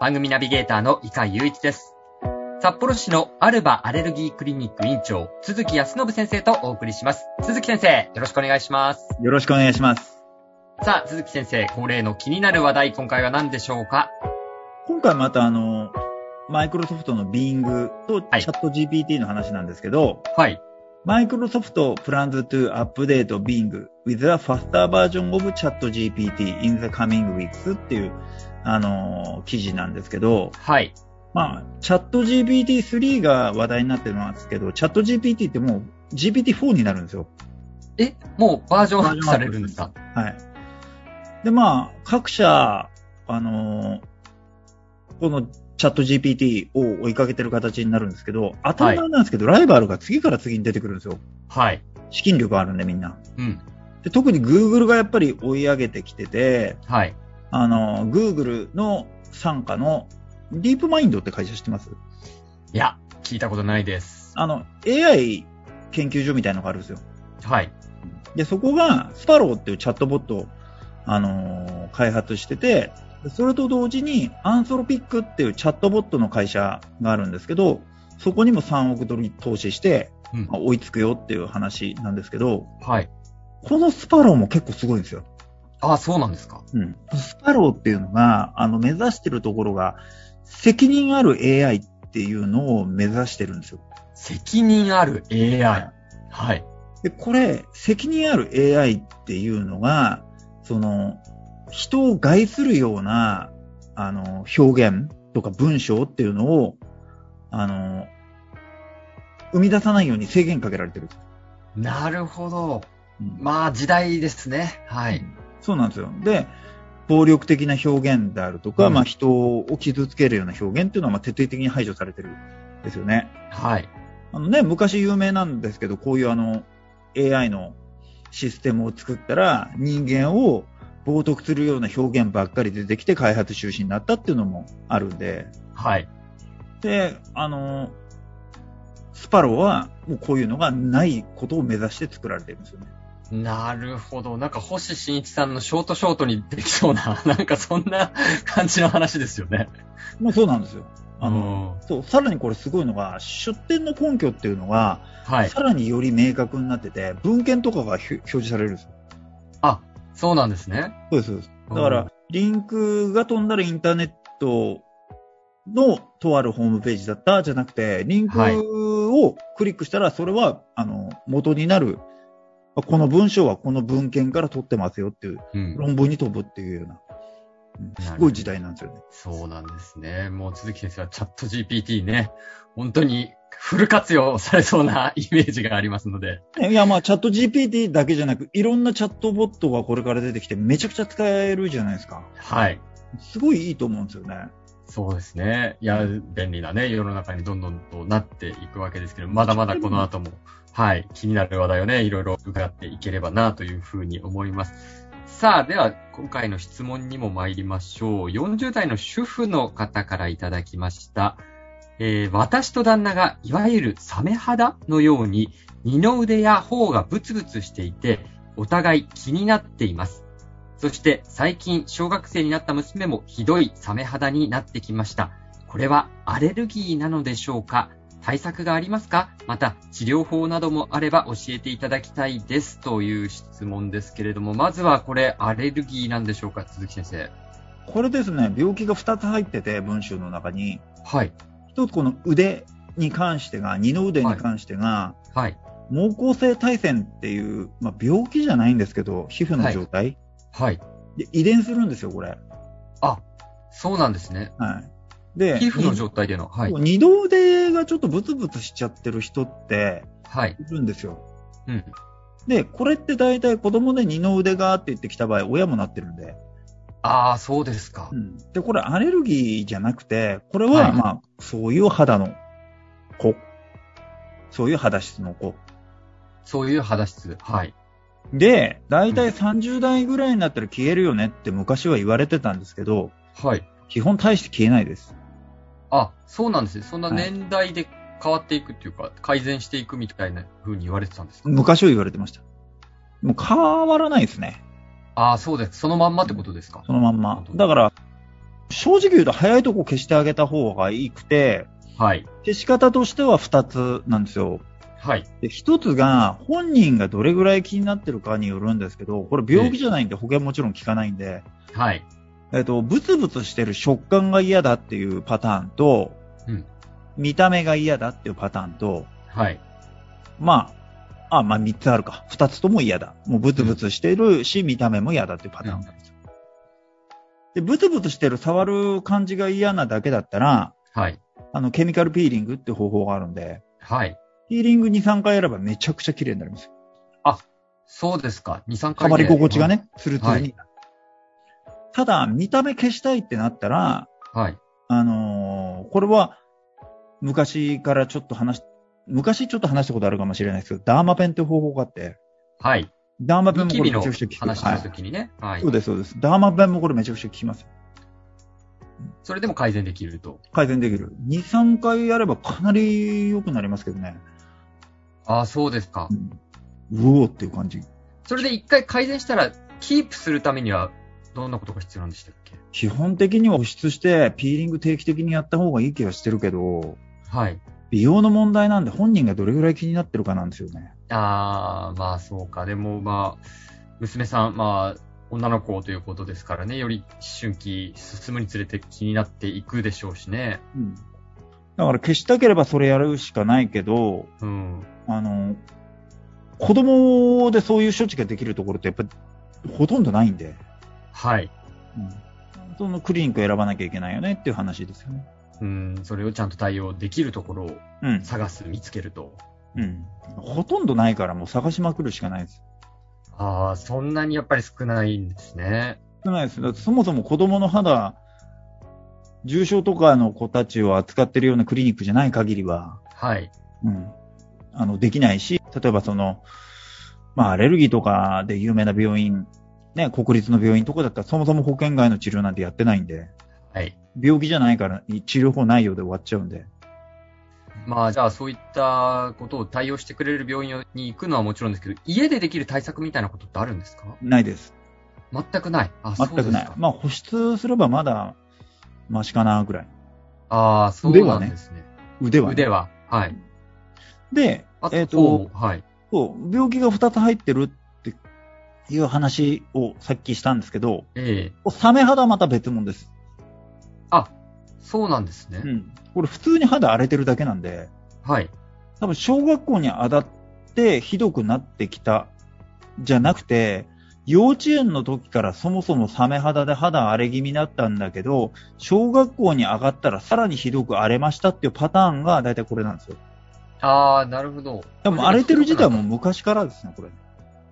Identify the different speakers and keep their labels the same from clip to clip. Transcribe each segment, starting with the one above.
Speaker 1: 番組ナビゲーターの伊賀雄一です。札幌市のアルバアレルギークリニック院長、鈴木康信先生とお送りします。鈴木先生、よろしくお願いします。
Speaker 2: よろしくお願いします。
Speaker 1: さあ、鈴木先生、恒例の気になる話題、今回は何でしょうか
Speaker 2: 今回またあの、マイクロソフトのビーングとチ
Speaker 1: はい
Speaker 2: ャット GPT の話なんですけど、
Speaker 1: はい。
Speaker 2: マイクロソフト plans to update Bing with a faster version of ChatGPT in the coming weeks っていう、あの、記事なんですけど、
Speaker 1: はい。
Speaker 2: まあ、ChatGPT3 が話題になってますけど、ChatGPT ってもう GPT4 になるんですよ。
Speaker 1: え、もうバージョンアップされるんですか
Speaker 2: はい。で、まあ、各社、あのーこのチャット GPT を追いかけてる形になるんですけど、当たり前なんですけど、ライバルが次から次に出てくるんですよ。
Speaker 1: はい。
Speaker 2: 資金力あるんで、みんな。
Speaker 1: うん。
Speaker 2: で特に Google がやっぱり追い上げてきてて、
Speaker 1: はい。
Speaker 2: あのー Google の傘下のディープマインドって会社知ってます
Speaker 1: いや、聞いたことないです。
Speaker 2: あの、AI 研究所みたいなのがあるんですよ。
Speaker 1: はい。
Speaker 2: で、そこが、スパローっていうチャットボットを、あのー開発してて、でそれと同時に、アンソロピックっていうチャットボットの会社があるんですけど、そこにも3億ドル投資して、
Speaker 1: うん
Speaker 2: ま。あ追いつくよっていう話なんですけど、
Speaker 1: はい。
Speaker 2: このスパローも結構すごいんですよ。
Speaker 1: あ、そうなんですか
Speaker 2: うん。スパローっていうのが、あの、目指してるところが、責任ある AI っていうのを目指してるんですよ。
Speaker 1: 責任ある AI。はい。
Speaker 2: で、これ、責任ある AI っていうのが、その、人を害するような、あの、表現とか文章っていうのを、あの、生み出さないように制限かけられてる。
Speaker 1: なるほど。
Speaker 2: うん
Speaker 1: まあ、時代ですね。はい。
Speaker 2: そうなんですよ。で、暴力的な表現であるとか、
Speaker 1: うん
Speaker 2: まあ人を傷つけるような表現っていうのは、まあ徹底的に排除されてるんですよね。
Speaker 1: はい。
Speaker 2: あのね、昔有名なんですけど、こういうあの、AI のシステムを作ったら、人間を冒涜するような表現ばっかり出てきて開発中止になったっていうのもあるんで、
Speaker 1: はい。
Speaker 2: で、あの、スパローはもうこういうのがないことを目指して作られてるんですよね。
Speaker 1: なるほど。なんか、星新一さんのショートショートにできそうな、 なんかそんな感じの話ですよね。
Speaker 2: もうそうなんですよ。あの、
Speaker 1: の、
Speaker 2: そう、さらにこれすごいのが、出典の根拠っていうのが、
Speaker 1: はい。
Speaker 2: さらにより明確になってて、文献とかがひょ表示されるんですよ。
Speaker 1: あ、そうなんですね。
Speaker 2: そうです、そうです。
Speaker 1: うん
Speaker 2: だから、リンクが飛んだらインターネットのとあるホームページだったじゃなくて、リン
Speaker 1: はい
Speaker 2: クをクリックしたら、それは、あの、元になる、あこの文章はこの文献から取ってますよっていう、
Speaker 1: うん。
Speaker 2: 論文に飛ぶっていうような、うんすごい時代なんですよね。
Speaker 1: そうなんですね。もう、鈴木先生はチャット GPT ね、本当にフル活用されそうなイメージがありますので。
Speaker 2: いや、まあ、チャット GPT だけじゃなく、いろんなチャットボットがこれから出てきて、めちゃくちゃ使えるじゃないですか。
Speaker 1: はい。
Speaker 2: すごいいいと思うんですよね。
Speaker 1: そうですね。いや、便利なね、世の中にどんどんとなっていくわけですけど、まだまだこの後も、はい、気になる話題をね、いろいろ伺っていければなというふうに思います。さあ、では、今回の質問にも参りましょう。40代の主婦の方からいただきました。えー私と旦那が、いわゆるサメ肌のように、二の腕や頬がブツブツしていて、お互い気になっています。そして最近小学生になった娘もひどいサメ肌になってきました。これはアレルギーなのでしょうか対策がありますかまた治療法などもあれば教えていただきたいですという質問ですけれども、まずはこれアレルギーなんでしょうか鈴木先生。
Speaker 2: これですね、病気が2つ入ってて、文章の中に。
Speaker 1: はい。
Speaker 2: 一つこの腕に関してが、二の腕に関してが、
Speaker 1: はい。
Speaker 2: 毛孔性体腺っていう、まあ、病気じゃないんですけど、皮膚の状態、
Speaker 1: はい。
Speaker 2: で遺伝するんですよ、これ。
Speaker 1: あ、そうなんですね。
Speaker 2: はい。で、
Speaker 1: 皮膚の状態での。はい。
Speaker 2: に二の腕がちょっとブツブツしちゃってる人って
Speaker 1: はい。
Speaker 2: いるんですよ。
Speaker 1: うん。
Speaker 2: で、これって大体子供で二の腕がって言ってきた場合、親もなってるんで、
Speaker 1: ああ、そうですか
Speaker 2: う。んで、これアレルギーじゃなくて、これ
Speaker 1: は
Speaker 2: は、
Speaker 1: い
Speaker 2: まあ、そういう肌の子。そういう肌質の子。
Speaker 1: そういう肌質。はい。
Speaker 2: で、大体30代ぐらいになったら消えるよねって昔は言われてたんですけど、
Speaker 1: はい。
Speaker 2: 基本大して消えないです。
Speaker 1: あ、そうなんですね。そんな
Speaker 2: はい
Speaker 1: 年代で変わっていくっていうか、改善していくみたいな風に言われてたんですか
Speaker 2: 昔は言われてました。もう変わらないですね。
Speaker 1: ああ、そうです。そのまんまってことですか
Speaker 2: そのまんま。だから、正直言うと早いとこ消してあげた方がいいくて、
Speaker 1: はい。
Speaker 2: 消し方としては2つなんですよ。
Speaker 1: はい。
Speaker 2: で1つが、本人がどれぐらい気になってるかによるんですけど、これ病気じゃないんで保険もちろん効かないんで、
Speaker 1: はい。
Speaker 2: えっと、ブツブツしてる食感が嫌だっていうパターンと、
Speaker 1: うん
Speaker 2: 見た目が嫌だっていうパターンと、
Speaker 1: はい。
Speaker 2: まあ、あ、まあ3つあるか。2つとも嫌だ。もうブツブツしてるし、見た目も嫌だっていうパターン。で、ブツブツしてる触る感じが嫌なだけだったら、
Speaker 1: はい。
Speaker 2: あの、ケミカルピーリングって方法があるんで、
Speaker 1: はい。
Speaker 2: ピーリング2、3回やればめちゃくちゃ綺麗になりますよ。
Speaker 1: そうですか。2、3
Speaker 2: 変
Speaker 1: 回
Speaker 2: わ
Speaker 1: で
Speaker 2: り心地が。ね、ツルツ
Speaker 1: は
Speaker 2: ルに
Speaker 1: い。
Speaker 2: ただ、見た目消したいってなったら、
Speaker 1: はい。
Speaker 2: あのーこれは、昔からちょっと話し、昔ちょっと話したことあるかもしれないですけど、ダーマペンって方法があって、
Speaker 1: はい。
Speaker 2: ダーマペ
Speaker 1: ニ
Speaker 2: ンも
Speaker 1: キ
Speaker 2: こ
Speaker 1: ビ
Speaker 2: れ
Speaker 1: の
Speaker 2: めちゃくちゃ効く。
Speaker 1: 話
Speaker 2: は
Speaker 1: の
Speaker 2: い
Speaker 1: 時にね。はい
Speaker 2: そ。うです、そうです。ダーマペンもこれめちゃくちゃ効きます。
Speaker 1: それでも改善できると。
Speaker 2: 改善できる。2、3回やればかなり良くなりますけどね。
Speaker 1: ああ、そうですか。
Speaker 2: うん、うおーっていう感じ。
Speaker 1: それで1回改善したら、キープするためには、どんなことが必要なんでしたっけ
Speaker 2: 基本的には保湿して、ピーリング定期的にやった方がいい気はしてるけど、
Speaker 1: はい。
Speaker 2: 美容の問題なんで本人がどれぐらい気になってるかなんですよね。
Speaker 1: ああ、まあそうか。でもまあ、娘さん、まあ、女の子ということですからね、より思春期進むにつれて気になっていくでしょうしね。
Speaker 2: うん。だから消したければそれやるしかないけど、
Speaker 1: うん。
Speaker 2: あの、子供でそういう処置ができるところってやっぱりほとんどないんで、
Speaker 1: はい。
Speaker 2: うん。そのクリニック選ばなきゃいけないよねっていう話ですよね。
Speaker 1: うん、それをちゃんと対応できるところを
Speaker 2: うん。
Speaker 1: 探す、見つけると。
Speaker 2: うん。ほとんどないからもう探しまくるしかないです。
Speaker 1: ああ、そんなにやっぱり少ないんですね。
Speaker 2: 少ないです。だってそもそも子供の肌、重症とかの子たちを扱ってるようなクリニックじゃない限りは、
Speaker 1: はい。
Speaker 2: うん、あの、できないし、例えばその、まあ、アレルギーとかで有名な病院、ね、国立の病院とかだったら、そもそも保険外の治療なんてやってないんで、
Speaker 1: はい。
Speaker 2: 病気じゃないから治療法ないようで終わっちゃうんで、
Speaker 1: まあ、じゃあそういったことを対応してくれる病院に行くのはもちろんですけど、家でできる対策みたいなことってあるんですか
Speaker 2: ないです。
Speaker 1: 全くない。あ、
Speaker 2: 全
Speaker 1: そう
Speaker 2: く
Speaker 1: で
Speaker 2: な
Speaker 1: す
Speaker 2: い
Speaker 1: か。
Speaker 2: まあ、保湿すればまだ、マシかな、ぐらい。
Speaker 1: ああ、そう
Speaker 2: 腕は
Speaker 1: な
Speaker 2: ね
Speaker 1: んですね。
Speaker 2: 腕はね、
Speaker 1: 腕は。はい。
Speaker 2: で
Speaker 1: あ、と、
Speaker 2: えっ、
Speaker 1: 頬も
Speaker 2: と、
Speaker 1: はい。
Speaker 2: そう、病気が2つ入ってるっていう話をさっきしたんですけど、
Speaker 1: ええ
Speaker 2: サメ肌はまた別物です。
Speaker 1: あ、そうなんですね。
Speaker 2: うん。これ普通に肌荒れてるだけなんで、
Speaker 1: はい。
Speaker 2: 多分小学校にあたってひどくなってきたじゃなくて、幼稚園の時からそもそもサメ肌で肌荒れ気味だったんだけど、小学校に上がったらさらにひどく荒れましたっていうパターンが大体これなんですよ。
Speaker 1: ああ、なるほど。
Speaker 2: 多分荒れてる自体はもう
Speaker 1: う。
Speaker 2: 昔からですね、これ。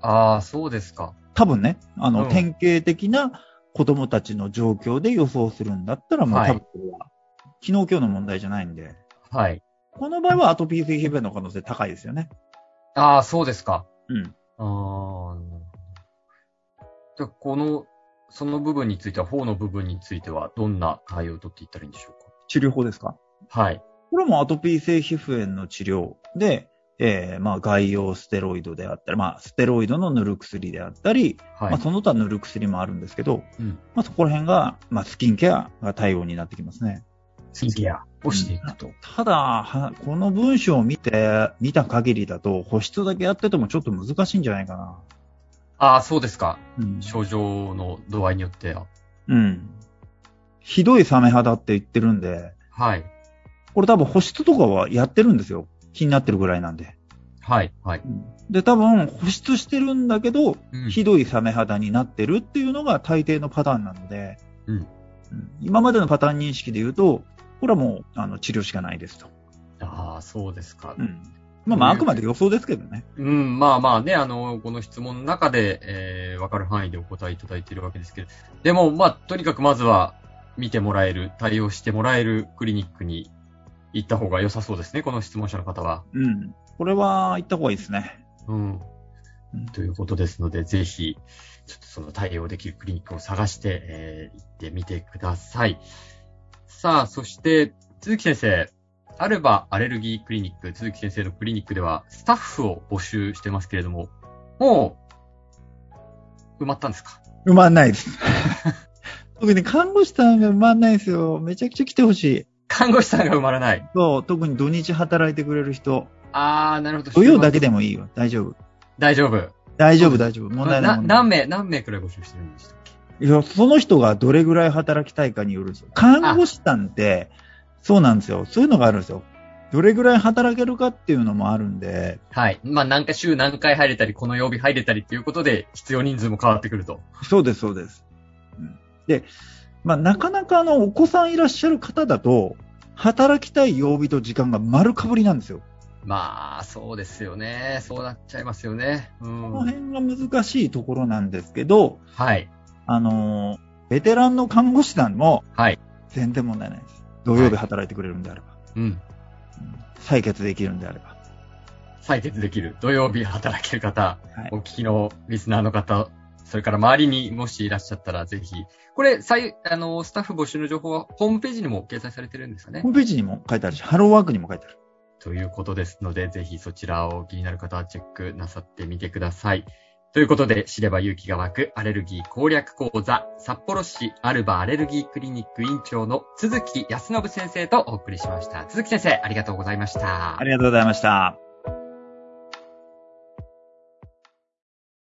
Speaker 1: ああ、そうですか。
Speaker 2: 多分ね、あの、
Speaker 1: うん
Speaker 2: 典型的な子供たちの状況で予想するんだったら、もう
Speaker 1: はい
Speaker 2: 多分これは、昨日今日の問題じゃないんで、
Speaker 1: はい。
Speaker 2: この場合はアトピー性皮膚炎の可能性高いですよね。
Speaker 1: ああ、そうですか。
Speaker 2: うん。
Speaker 1: ああ、じゃあこの、その部分については、頬の部分については、どんな対応を取っていったらいいんでしょう
Speaker 2: 治療法ですか
Speaker 1: かはい。
Speaker 2: これもアトピー性皮膚炎の治療で、えーまあ、外用ステロイドであったり、まあ、ステロイドの塗る薬であったり、
Speaker 1: はい。
Speaker 2: まあ、その他塗る薬もあるんですけど、
Speaker 1: うん
Speaker 2: まあ、そこら辺が、まあ、スキンケアが対応になってきますね。
Speaker 1: スキンケアをしていくと。
Speaker 2: ただ、はこの文章を見て、見た限りだと、保湿だけやっててもちょっと難しいんじゃないかな。
Speaker 1: ああ、そうですか。
Speaker 2: うん。
Speaker 1: 症状の度合いによっては。
Speaker 2: うん。ひどいサメ肌って言ってるんで、
Speaker 1: はい。
Speaker 2: これ多分保湿とかはやってるんですよ。気になってるぐらいなんで。
Speaker 1: はい。はい。
Speaker 2: で、多分保湿してるんだけど、
Speaker 1: うん
Speaker 2: ひどいサメ肌になってるっていうのが大抵のパターンなので、
Speaker 1: うん
Speaker 2: うん今までのパターン認識で言うと、これはもうあの治療しかないですと。
Speaker 1: ああ、そうですか。
Speaker 2: うんまあまあ、あくまで予想ですけどね。
Speaker 1: うん、まあまあね、あの、この質問の中で、えー、わかる範囲でお答えいただいているわけですけど、でも、まあ、とにかくまずは、見てもらえる、対応してもらえるクリニックに行った方が良さそうですね、この質問者の方は。
Speaker 2: うん。これは行った方がいいですね。
Speaker 1: うん
Speaker 2: うん。
Speaker 1: ということですので、ぜひ、ちょっとその対応できるクリニックを探して、えー行ってみてください。さあ、そして、鈴木先生。アルバアレルギークリニック、鈴木先生のクリニックでは、スタッフを募集してますけれども、もう、埋まったんですか
Speaker 2: 埋まんないです。 特に看護師さんが埋まんないですよ。めちゃくちゃ来てほしい。
Speaker 1: 看護師さんが埋まらない。
Speaker 2: そう、特に土日働いてくれる人。
Speaker 1: あー、なるほど。
Speaker 2: 土曜だけ
Speaker 1: で。
Speaker 2: でもいいよ。大丈夫。
Speaker 1: 大丈夫。
Speaker 2: 大丈夫、大丈夫。問題ない
Speaker 1: な何
Speaker 2: 問題な
Speaker 1: 名、何名くらい募集してるんでしたっけ
Speaker 2: い。いや、その人がどれぐらい働きたいかによるんですよ。看護師さんって、そうなんですよ。そういうのがあるんですよ。どれぐらい働けるかっていうのもあるんで、
Speaker 1: はい。まあ、何か週何回入れたり、この曜日入れたりっていうことで、必要人数も変わってくると。
Speaker 2: そうです、そうです。うんで、まあ、なかなかあの、お子さんいらっしゃる方だと、働きたい曜日と時間が丸かぶりなんですよ。
Speaker 1: まあ、そうですよね。そうなっちゃいますよね。う
Speaker 2: こ
Speaker 1: ん。
Speaker 2: の辺が難しいところなんですけど、
Speaker 1: はい。
Speaker 2: あのーベテランの看護師さんも
Speaker 1: はい。
Speaker 2: 全然問題ないです。土曜日働いてくれるんであれば、
Speaker 1: うん。
Speaker 2: 採血できるんであれば。
Speaker 1: 採決できる。土曜日働ける方、
Speaker 2: はい
Speaker 1: お聞きのリスナーの方、それから周りにもしいらっしゃったら、ぜひ。これ、さい、あの、スタッフ募集の情報は、ホームページにも掲載されてるんですかね
Speaker 2: ホー。ムページにも書いてあるし、ハローワークにも書いてある。
Speaker 1: ということですので、ぜひそちらを気になる方はチェックなさってみてください。ということで、知れば勇気が湧くアレルギー攻略講座、札幌市アルバアレルギークリニック院長の鈴木康信先生とお送りしました。鈴木先生、ありがとうございました。
Speaker 2: ありがとうございました。